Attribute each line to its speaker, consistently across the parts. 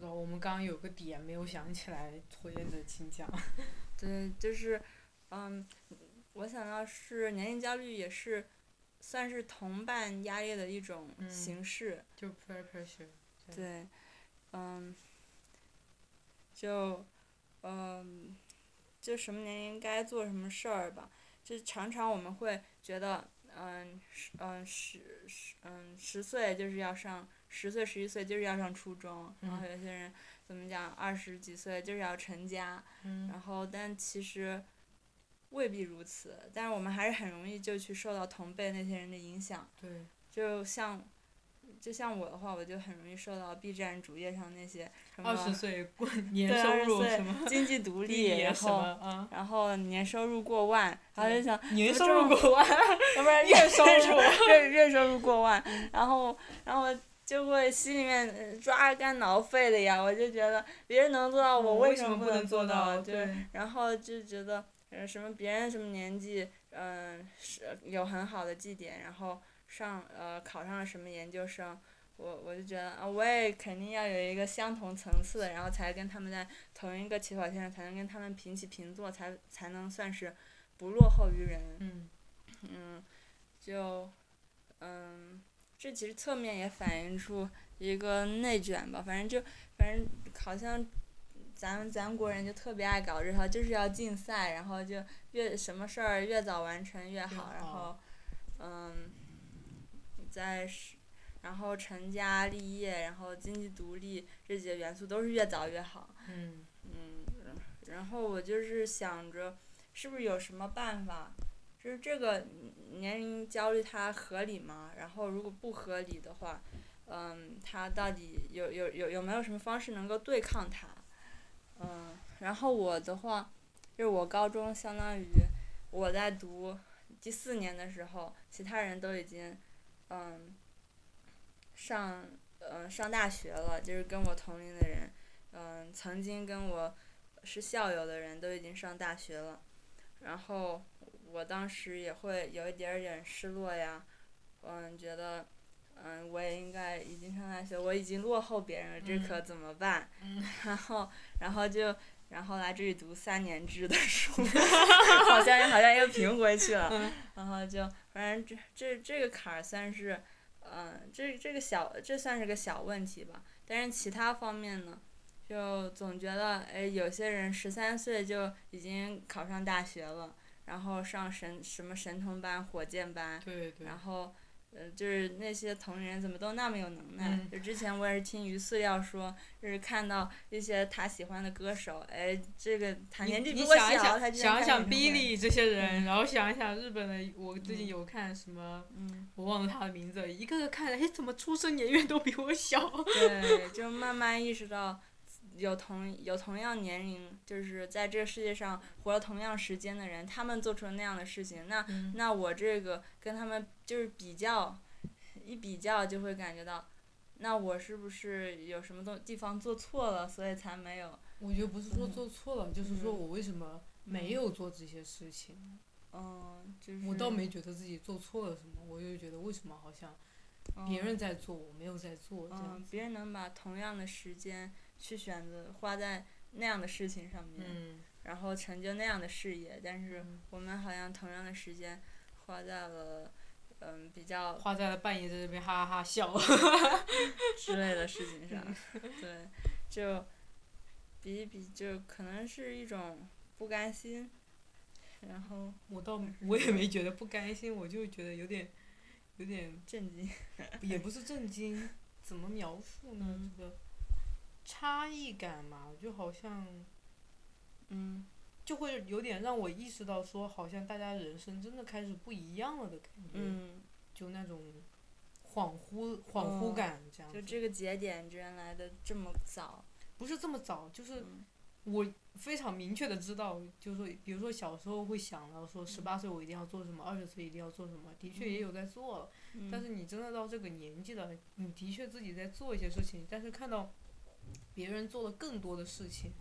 Speaker 1: 然后我们刚刚有个点没有想起来，拖延者请讲。
Speaker 2: 对，就是，嗯，我想到是年龄焦虑也是算是同伴压力的一种
Speaker 1: 嗯
Speaker 2: 形式。
Speaker 1: 就 peer pressure，对
Speaker 2: 对，嗯，就，嗯，就什么年龄该做什么事儿吧。就是常常我们会觉得，嗯，十，嗯，十，十，嗯，十岁就是要上，十岁、十一岁就是要上初中，然后有些人怎么讲，二十几岁就是要成家，
Speaker 1: 嗯
Speaker 2: 然后但其实未必如此，但是我们还是很容易就去受到同辈那些人的影响，
Speaker 1: 对，
Speaker 2: 就像。就像我的话，我就很容易受到 B 站主页上那些什
Speaker 1: 二十
Speaker 2: 么
Speaker 1: 岁过年
Speaker 2: 对
Speaker 1: 收入
Speaker 2: 20岁
Speaker 1: 什么
Speaker 2: 经济独
Speaker 1: 利益
Speaker 2: 立，然
Speaker 1: 什么
Speaker 2: 后
Speaker 1: 啊，
Speaker 2: 然后年收入过万，然后就
Speaker 1: 对
Speaker 2: 想
Speaker 1: 年
Speaker 2: 怎
Speaker 1: 收
Speaker 2: 么
Speaker 1: 入
Speaker 2: 这
Speaker 1: 过万， 要不然月收入，
Speaker 2: 月月收入过万，然后然后就会心里面呃抓肝挠肺的呀，我就觉得别人能做到，我
Speaker 1: 哦嗯为
Speaker 2: 什
Speaker 1: 么
Speaker 2: 不
Speaker 1: 能
Speaker 2: 做
Speaker 1: 到？
Speaker 2: 就
Speaker 1: 对，
Speaker 2: 然后就觉得，呃，什么别人什么年纪，嗯、是有很好的绩点，然后上呃考上了什么研究生，我我就觉得啊，我也肯定要有一个相同层次的，然后才跟他们在同一个起跑线上，才能跟他们平起平坐，才才能算是不落后于人。
Speaker 1: 嗯，
Speaker 2: 嗯，就，嗯，这其实侧面也反映出一个内卷吧。反正就，反正好像咱们咱国人就特别爱搞这套，就是要竞赛，然后就越什么事儿越早完成越好，然后，嗯，再是，然后成家立业，然后经济独立这几个元素都是越早越好。
Speaker 1: 嗯，
Speaker 2: 嗯，然然后我就是想着，是不是有什么办法？就是这个嗯年龄焦虑它合理吗？然后如果不合理的话，嗯，它到底有有有有没有什么方式能够对抗它？嗯，然后我的话，就是我高中相当于我在读第四年的时候，其他人都已经嗯上嗯上大学了，就是跟我同龄的人，嗯，曾经跟我是校友的人都已经上大学了，然后我当时也会有一点儿点失落呀，嗯，觉得。嗯，我也应该已经上大学，我已经落后别人了，这
Speaker 1: 嗯
Speaker 2: 可怎么办？
Speaker 1: 嗯
Speaker 2: 然后，然后就，然后来这里读三年制的 书，好像好像又平回去了。
Speaker 1: 嗯
Speaker 2: 然后就，反正这这这个坎儿算是，嗯、这这个小这算是个小问题吧。但是其他方面呢，就总觉得，哎，有些人十三岁就已经考上大学了，然后上神什么神童班、火箭班，
Speaker 1: 对对，
Speaker 2: 然后，呃，就是那些同龄人怎么都那么有能耐？
Speaker 1: 嗯
Speaker 2: 就之前我也是听于饲料说，就是看到一些他喜欢的歌手，哎，这个他
Speaker 1: 你
Speaker 2: 年纪比
Speaker 1: 你
Speaker 2: 我
Speaker 1: 想一
Speaker 2: 小，
Speaker 1: 想，
Speaker 2: 他居然
Speaker 1: 想一
Speaker 2: 开
Speaker 1: 想
Speaker 2: 演唱会
Speaker 1: Billy 这些人，然后想一想日本的，我最近
Speaker 2: 嗯
Speaker 1: 有看什么，
Speaker 2: 嗯，
Speaker 1: 我忘了他的名字，一个个看，哎，怎么出生年月都比我小？
Speaker 2: 对，就慢慢意识到。有同有同样年龄，就是在这个世界上活了同样时间的人，他们做出了那样的事情，那
Speaker 1: 嗯
Speaker 2: 那我这个跟他们就是比较，一比较就会感觉到，那我是不是有什么东地方做错了，所以才没有，
Speaker 1: 我觉得不是说
Speaker 2: 嗯
Speaker 1: 做错了，就是说我为什么没有做这些事情，
Speaker 2: 嗯，就是
Speaker 1: 我倒没觉得自己做错了什么，我就觉得为什么好像别人在做，我没有在做这
Speaker 2: 嗯，
Speaker 1: 样
Speaker 2: 嗯
Speaker 1: 子。
Speaker 2: 别人能把同样的时间去选择花在那样的事情上面，
Speaker 1: 嗯，
Speaker 2: 然后成就那样的事业，但是
Speaker 1: 嗯
Speaker 2: 我们好像同样的时间花在了，嗯，比较
Speaker 1: 花在了半夜在这边哈哈哈笑。
Speaker 2: 之类的事情 上，对，就比一比，就可能是一种不甘心，然后
Speaker 1: 我倒我也没觉得不甘心，我就觉得有点有点
Speaker 2: 震惊，
Speaker 1: 也不是震惊，怎么描述呢？
Speaker 2: 嗯
Speaker 1: 这个差异感嘛，就好像
Speaker 2: 嗯
Speaker 1: 就会有点让我意识到说，好像大家人生真的开始不一样了的感觉，
Speaker 2: 嗯，
Speaker 1: 就那种恍惚恍惚
Speaker 2: 嗯
Speaker 1: 感这样子。
Speaker 2: 就这个节点居然来的这么早，
Speaker 1: 不是这么早，就是
Speaker 2: 嗯
Speaker 1: 我非常明确的知道，就是说，比如说小时候会想到说，十八
Speaker 2: 嗯
Speaker 1: 岁我一定要做什么，二十岁一定要做什么，的确也有在做了。
Speaker 2: 嗯
Speaker 1: 但是你真的到这个年纪了，你的确自己在做一些事情，但是看到别人做了更多的事情，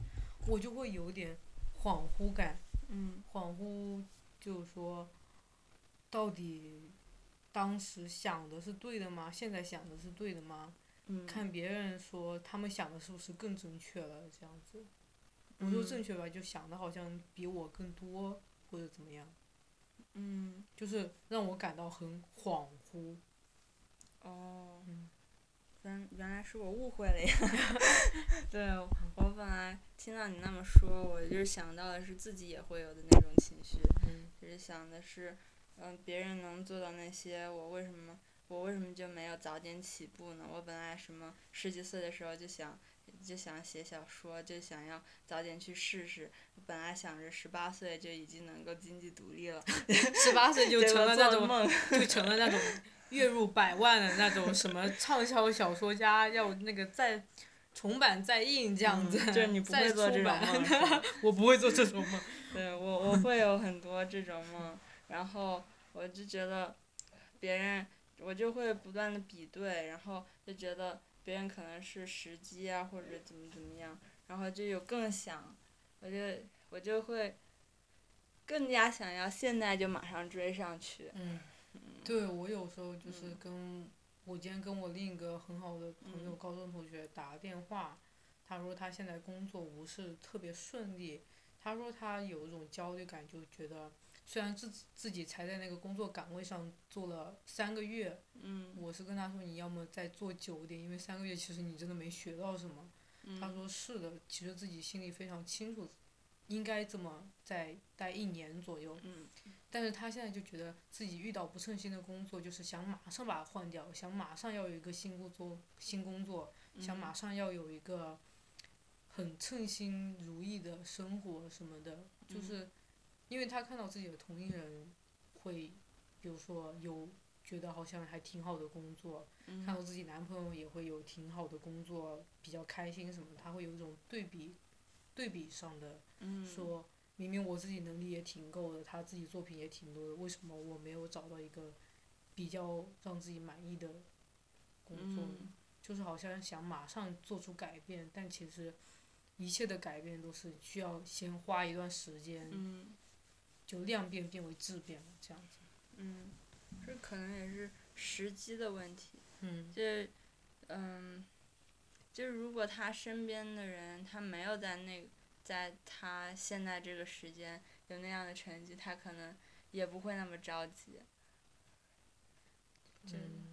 Speaker 1: 我就会有点恍惚感，
Speaker 2: 嗯
Speaker 1: 恍惚就是说，到底当时想的是对的吗？现在想的是对的吗？
Speaker 2: 嗯，
Speaker 1: 看别人说他们想的是不是更正确了，这样子，不说
Speaker 2: 嗯
Speaker 1: 正确吧，就想的好像比我更多或者怎么样，
Speaker 2: 嗯，
Speaker 1: 就是让我感到很恍惚。
Speaker 2: 哦
Speaker 1: 嗯，
Speaker 2: 原原来是我误会了 呀。对我本来听到你那么说，我就是想到的是自己也会有的那种情绪，
Speaker 1: 嗯
Speaker 2: 就是想的是，嗯、别人能做到那些，我为什么我为什么就没有早点起步呢？我本来什么十几岁的时候就想。就想写小说，就想要早点去试试。本来想着十八岁就已经能够经济独立了，
Speaker 1: 十八岁就
Speaker 2: 结
Speaker 1: 成
Speaker 2: 果
Speaker 1: 了那
Speaker 2: 做
Speaker 1: 种
Speaker 2: 梦。
Speaker 1: 就成了那种月入百万的那种什么畅销小说家，要那个再重版再印这样子，
Speaker 2: 嗯就是你不
Speaker 1: 再
Speaker 2: 会做
Speaker 1: 出
Speaker 2: 这种
Speaker 1: 版
Speaker 2: 梦，是吧
Speaker 1: 我不会做这种梦。
Speaker 2: 对我我会有很多这种梦，然后我就觉得别人，我就会不断的比对，然后就觉得别人可能是时机啊，或者怎么怎么样，然后就有更想，我就我就会更加想要现在就马上追上去。
Speaker 1: 嗯，对我有时候就是
Speaker 2: 嗯
Speaker 1: 跟、我今天跟我另一个很好的朋友，高中同学打了电话，他说他现在工作不是特别顺利，他说他有一种焦虑感，就觉得虽然自己自己才在那个工作岗位上做了三个月，
Speaker 2: 嗯
Speaker 1: 我是跟他说，你要么再做久一点，因为三个月其实你真的没学到什么。他
Speaker 2: 嗯
Speaker 1: 说是的，其实自己心里非常清楚，应该这么再待一年左右。
Speaker 2: 嗯
Speaker 1: 但是他现在就觉得自己遇到不称心的工作，就是想马上把它换掉，想马上要有一个新工作，新工作，想
Speaker 2: 嗯
Speaker 1: 马上要有一个很称心如意的生活什么的，就是因为他看到自己的同龄人会，比如说有觉得好像还挺好的工作，
Speaker 2: 嗯
Speaker 1: 看到自己男朋友也会有挺好的工作，比较开心什么的，他会有一种对比，对比上的
Speaker 2: 嗯
Speaker 1: 说，明明我自己能力也挺够的，他自己作品也挺多的，为什么我没有找到一个比较让自己满意的工作呢？
Speaker 2: 嗯
Speaker 1: 就是好像想马上做出改变，但其实一切的改变都是需要先花一段时间，
Speaker 2: 嗯。
Speaker 1: 就量变变为质变了，这样子。
Speaker 2: 嗯，这可能也是时机的问题。
Speaker 1: 嗯
Speaker 2: 就，嗯，就是如果他身边的人他没有在那，在他现在这个时间有那样的成绩，他可能也不会那么着急。就
Speaker 1: 嗯，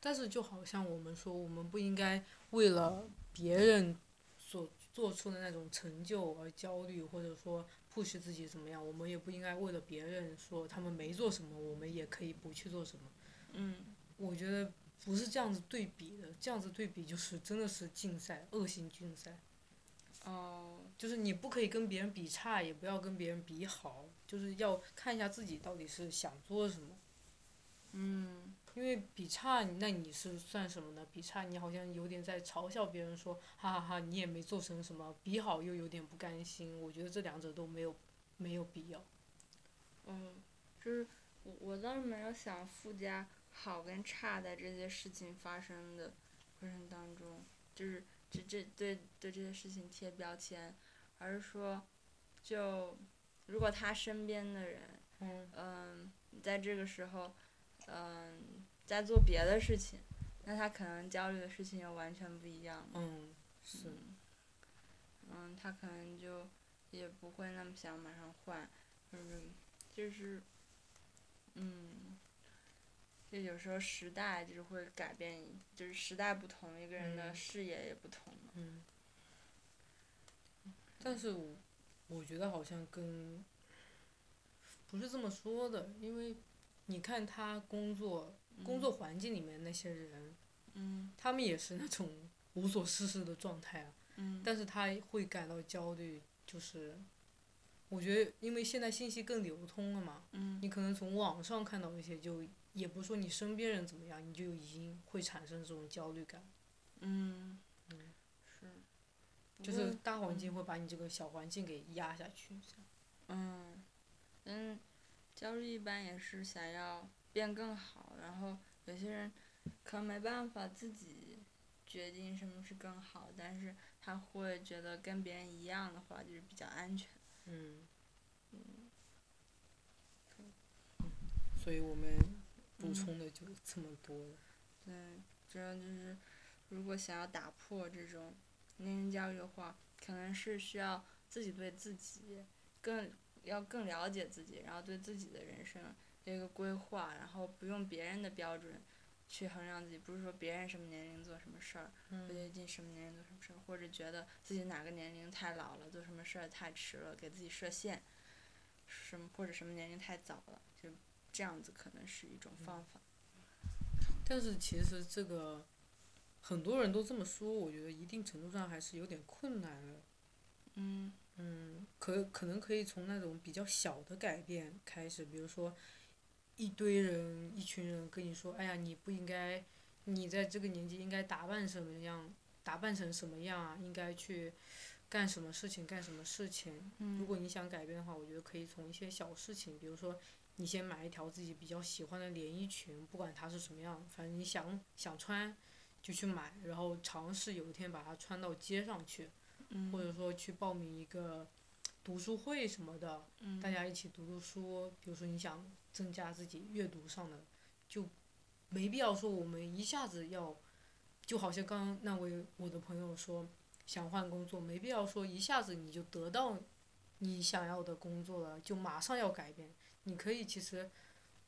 Speaker 1: 但是就好像我们说，我们不应该为了别人所做出的那种成就而焦虑，或者说 push 自己怎么样，我们也不应该为了别人说他们没做什么，我们也可以不去做什么。
Speaker 2: 嗯
Speaker 1: 我觉得不是这样子对比的，这样子对比就是 真的是竞赛，恶性竞赛，
Speaker 2: 哦，
Speaker 1: 就是你不可以跟别人比差，也不要跟别人比好，就是要看一下自己到底是想做什么。
Speaker 2: 嗯
Speaker 1: 因为比差，那你是算什么呢？比差，你好像有点在嘲笑别人说，哈哈哈，你也没做成什么。比好又有点不甘心，我觉得这两者都没有没有必要。
Speaker 2: 哦，就是我我倒是没有想附加好跟差在这些事情发生的过程当中，就是这这对对这些事情贴标签，而是说，就如果他身边的人，
Speaker 1: 嗯
Speaker 2: 嗯，在这个时候，嗯，在做别的事情，那他可能焦虑的事情又完全不一样了。
Speaker 1: 嗯，是，
Speaker 2: 嗯，他可能就也不会那么想马上换，嗯，就是，嗯，就有时候时代就是会改变你，就是时代不同，一个人的
Speaker 1: 嗯
Speaker 2: 视野也不同嘛。
Speaker 1: 嗯。但是我我觉得好像跟不是这么说的，因为你看他工作工作环境里面那些人，
Speaker 2: 嗯
Speaker 1: 他们也是那种无所事事的状态啊。
Speaker 2: 嗯
Speaker 1: 但是他会感到焦虑，就是我觉得，因为现在信息更流通了嘛，
Speaker 2: 嗯
Speaker 1: 你可能从网上看到一些，就也不是说你身边人怎么样，你就已经会产生这种焦虑感，
Speaker 2: 嗯，是，不
Speaker 1: 就
Speaker 2: 过
Speaker 1: 是大环境会把你这个小环境给压下去。这样
Speaker 2: 嗯，嗯，焦虑一般也是想要变更好，然后有些人可能没办法自己决定什么是更好，但是他会觉得跟别人一样的话就是比较安全。
Speaker 1: 嗯，所以我们补充的就这么多了。
Speaker 2: 对，主要就是，如果想要打破这种年龄焦虑的话，可能是需要自己对自己更要更了解自己，然后对自己的人生有一个规划，然后不用别人的标准去衡量自己，不是说别人什么年龄做什么事儿，不
Speaker 1: 嗯
Speaker 2: 对劲什么年龄做什么事儿，或者觉得自己哪个年龄太老了，做什么事儿太迟了，给自己设限，什么或者什么年龄太早了，就这样子可能是一种
Speaker 1: 嗯
Speaker 2: 方法。
Speaker 1: 但是其实这个很多人都这么说，我觉得一定程度上还是有点困难的。
Speaker 2: 嗯
Speaker 1: 嗯，可可能可以从那种比较小的改变开始，比如说一堆人、一群人跟你说：“哎呀，你不应该，你在这个年纪应该打扮什么样，打扮成什么样啊，应该去干什么事情，干什么事情。”如
Speaker 2: 嗯
Speaker 1: 果你想改变的话，我觉得可以从一些小事情，比如说你先买一条自己比较喜欢的连衣裙，不管它是什么样，反正你想想穿就去买，然后尝试有一天把它穿到街上去。
Speaker 2: 嗯
Speaker 1: 或者说去报名一个读书会什么的，
Speaker 2: 嗯
Speaker 1: 大家一起读读书。比如说你想增加自己阅读上的，就没必要说我们一下子要，就好像刚刚那位我的朋友说想换工作，没必要说一下子你就得到你想要的工作了，就马上要改变。你可以其实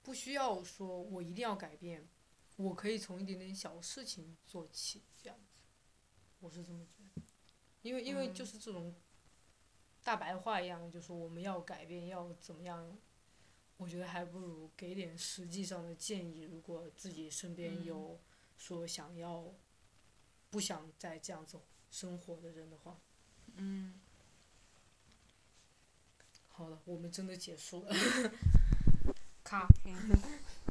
Speaker 1: 不需要说我一定要改变，我可以从一点点小事情做起，这样子，我是这么觉得。因为因为就是这种大白话一样，就说我们要改变，要怎么样，我觉得还不如给点实际上的建议。如果自己身边
Speaker 2: 嗯
Speaker 1: 有说想要不想再这样子生活的人的话，
Speaker 2: 嗯
Speaker 1: 好了，我们真的结束了。咔。
Speaker 2: 嗯